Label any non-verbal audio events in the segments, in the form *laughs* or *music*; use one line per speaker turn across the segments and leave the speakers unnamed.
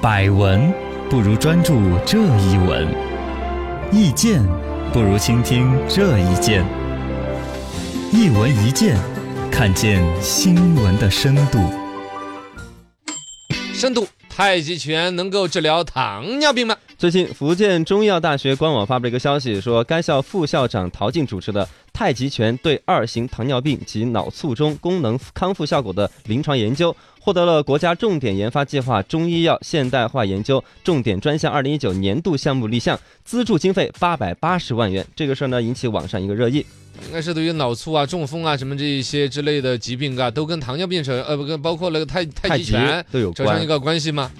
百闻不如专注这一闻，意见不如倾听这一见。一闻一见，看见新闻的深度。
深度太极拳能够治疗糖尿病吗？
最近，福建中医药大学官网发布了一个消息，说该校副校长陶静主持的太极拳对二型糖尿病及脑卒中功能康复效果的临床研究，获得了国家重点研发计划中医药现代化研究重点专项二零一九年度项目立项，资助经费八百八十万元。这个事儿呢，引起网上一个热议。
应该是对于脑卒啊、中风啊什么这一些之类的疾病啊，都跟糖尿病扯呃不跟包括那个太太极拳
都有
扯上一
关，
个关系吗？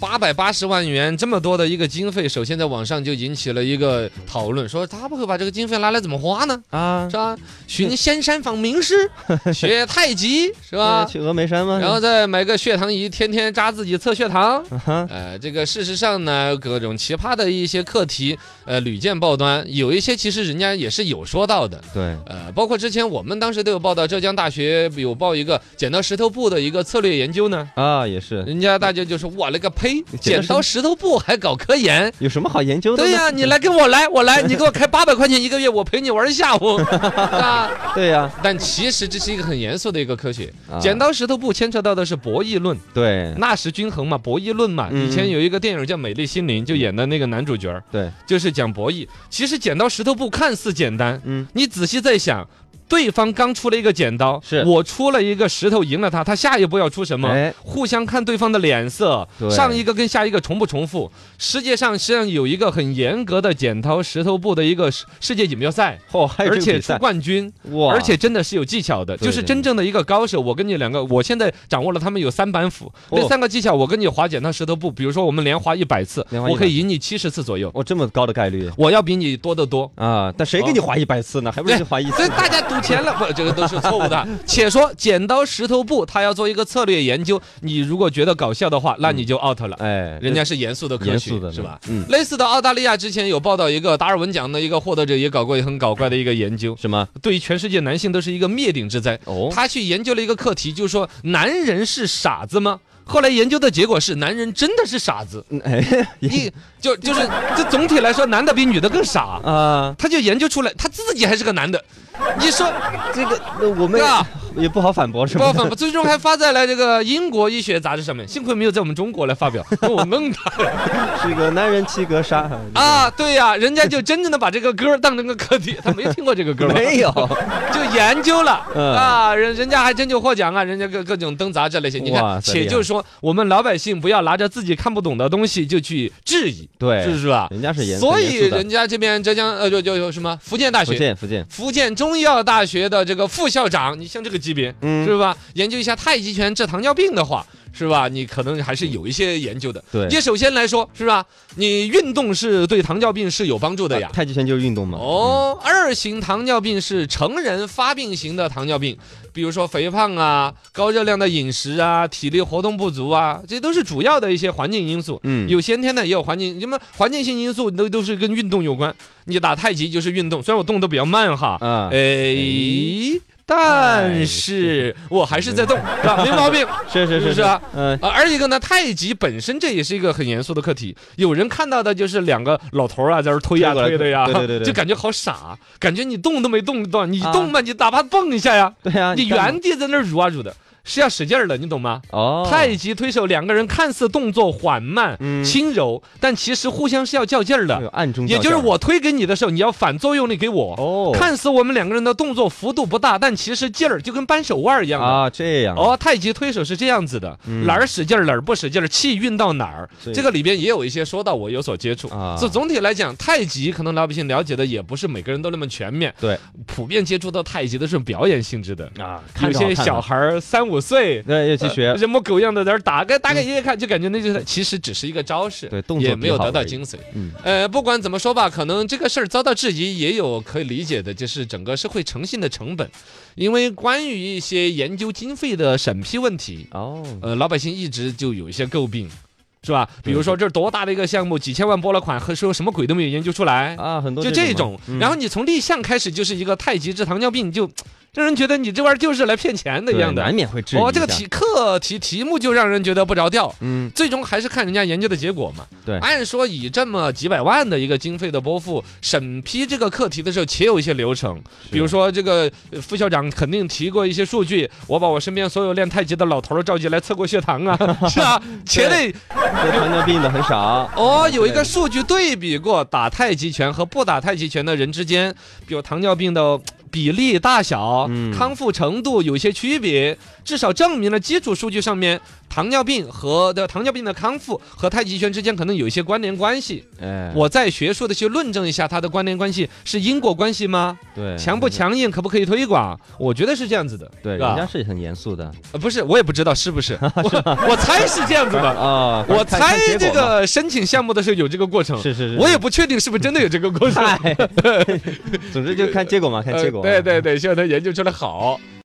八百八十万元这么多的一个经费，首先在网上就引起了一个讨论，说他们会把这个经费拿来怎么花呢？
啊
是，吧？寻仙山访名师，学太极是吧？
去峨眉山吗？
然后再买个血糖仪，天天扎自己测血糖。
啊 *laughs* 哈，
呃，这个事实上呢，各种奇葩的一些课题，呃，屡见报端。有一些其实人家也是有说到的，
对，
呃，包括之前我们当时都有报道，浙江大学有报一个剪刀石头布的一个策略研究呢。
啊，也是，
人家大家就说：“我勒个呸！
剪刀
剪刀石头布还搞科研？
有什么好研究的？
对呀、，你来跟我来，我来，你给我开八百块钱一个月，我陪你玩一下午。啊
对呀，”
但其实这是一个很严肃的一个科学。
啊
剪刀石头布牵扯到的是博弈论，
对
纳什均衡嘛，博弈论嘛。
嗯
以前有一个电影叫《美丽心灵》，就演的那个男主角儿
对，
就是讲博弈。其实剪刀石头布看似简单，
嗯，
你仔细再想，对方刚出了一个剪刀，
是
我出了一个石头赢了他，他下一步要出什么？
哎，
互相看对方的脸色
对，
上一个跟下一个重不重复？世界上实际上有一个很严格的剪刀石头布的一个世世界锦标赛， *laughs*
嚯，还有
而
这个
且
比
出
赛，
冠军，
哇，
而且真的是有技巧的，
对
就是
对
真正的一个高手。我跟你两个，我现在掌握了他们有三板斧，
哦
这三个技巧，我跟你划剪刀石头布，比如说我们连划一百次，
连划100
我可以赢你七十次左右，
哦，这么高的概率
我要比你多得多。
啊！但谁给
哦
你划一百次呢？还不是就划一
所以
次？
大家赌钱了，不，这个都是错误的。且说剪刀石头布，他要做一个策略研究，你如果觉得搞笑的话，那你就 out 了。
*laughs* 哎，
人家是严肃的
这
科
严
学
肃的，
是吧？？
嗯，
类似的，澳大利亚之前有报道一个达尔文奖的一个获得者也搞过很搞怪的一个研究，
什么？
对于全世界男性都是一个灭顶之灾。
哦，
他去研究了一个课题，就是说男人是傻子吗？后来研究的结果是，男人真的是傻子。
嗯哎
你就就是这总体来说，男的比女的更傻。
啊，
他就研究出来，他自己还是个男的。你说
这个那我们
对吧？
也不好反驳，是
不要
吧？
反驳，最终还发在了这个英国医学杂志上面。幸亏没有在我们中国来发表，那我弄他
是个男人七
*laughs*
格杀
啊！对呀、人家就真正的把这个歌当成个课题，他没听过这个歌吗？*laughs*
没有，
就研究了、
嗯
啊，人人家还真就获奖啊，人家各各种登杂志那些，你
哇
看，
塞
且
厉害
就说我们老百姓不要拿着自己看不懂的东西就去质疑，
对
是不是吧？
人家是严，
所以
很严肃的
人家这边浙江呃就就有什么福建大
福
学。
建福建，
福建中医药大学的这个副校长，你像这个级别，
嗯，
是吧？研究一下太极拳治糖尿病的话，是吧？你可能还是有一些研究的。
对，
这首先来说，是吧？你运动是对糖尿病是有帮助的呀
啊。太极拳就是运动嘛。
哦，二型糖尿病是成人发病型的糖尿病，比如说肥胖啊、高热量的饮食啊、体力活动不足啊，这都是主要的一些环境因素。
嗯，
有先天的，也有环境，什么环境性因素都都是跟运动有关。你打太极就是运动，虽然我动得比较慢哈，
啊，
哎，但是我还是在动，是
*laughs*
吧？没毛病。
是哎是
是不
是
是啊，
嗯，
啊，而一个呢，太极本身这也是一个很严肃的课题。有人看到的就是两个老头儿啊，在这儿推呀、
推过来
推的呀，
对对对对
就感觉好傻，感觉你动都没动到，你
啊
动嘛，你哪怕蹦一下呀，
对呀，
你
干嘛
原地在那儿蠕啊蠕的，是要使劲儿的，你懂吗？
哦，
太极推手两个人看似动作缓慢、
嗯啊
轻柔，但其实互相是要较劲儿
有
的，
暗中较
也就是
劲儿
我推给你的时候，你要反作用力给我。
哦
看似我们两个人的动作幅度不大，但其实劲儿就跟扳手腕儿一样的。
啊这样
哦，太极推手是这样子的，
嗯
哪儿使劲儿哪儿不使劲儿，气运到哪儿。
对
这个里边也有一些说到我有所接触
啊
所以总体来讲，太极可能老百姓了解的也不是每个人都那么全面。
对，
普遍接触到太极都是表演性质的，
啊，
有
看着好
些
看
小
啊
孩儿三五岁。
对要去学
呃人模狗样的在那儿打个打个爷爷看，就感觉那就是其实只是一个招式，
嗯对动作
也没有
比好
得到
而已
精髓。
嗯
呃，不管怎么说吧，可能这个事儿遭到质疑，也有可以理解的，就是整个社会诚信的成本，因为关于一些研究经费的审批问题，
哦，
呃，老百姓一直就有一些诟病。是吧？
嗯
比如说这儿多大的一个项目，几千万拨了款，和说什么鬼都没有研究出来，
啊，很多
就这种
嘛。嗯
然后你从立项开始就是一个太极治糖尿病，就让人觉得你这玩意儿就是来骗钱的一样
对难
的。
免会质疑一下。
哦，这个题课题题目就让人觉得不着调，
嗯，
最终还是看人家研究的结果嘛。
对
按说以这么几百万的一个经费的拨付，审批这个课题的时候，且有一些流程，
是
比如说这个呃副校长肯定提过一些数据，我把我身边所有练太极的老头儿召集来测过血糖啊， *laughs* 是吧？且得
对糖尿病的很少，
哦，有一个数据对比过打太极拳和不打太极拳的人之间，比如糖尿病的呃比例大小、
嗯
康复程度有些区别，至少证明了基础数据上面糖尿病和的糖尿病的康复和太极拳之间可能有一些关联关系。
哎，
我在学术的去论证一下它的关联关系是因果关系吗？
对
强不？强硬，可不可以推广？我觉得是这样子的，
对，
是
人家
吧？
是很严肃的
呃不是，我也不知道是不
*laughs*
是，我我猜是这样子的。
啊
我猜这。
看看结果嘛嗯
个申请项目的时候有这个过程，
是是是，
我也
*laughs*
不确定是不是真的有这个过程。
哎
呃
嗨，总之就看结果嘛，看结果。啊
呃对对对，希望他研究出来好。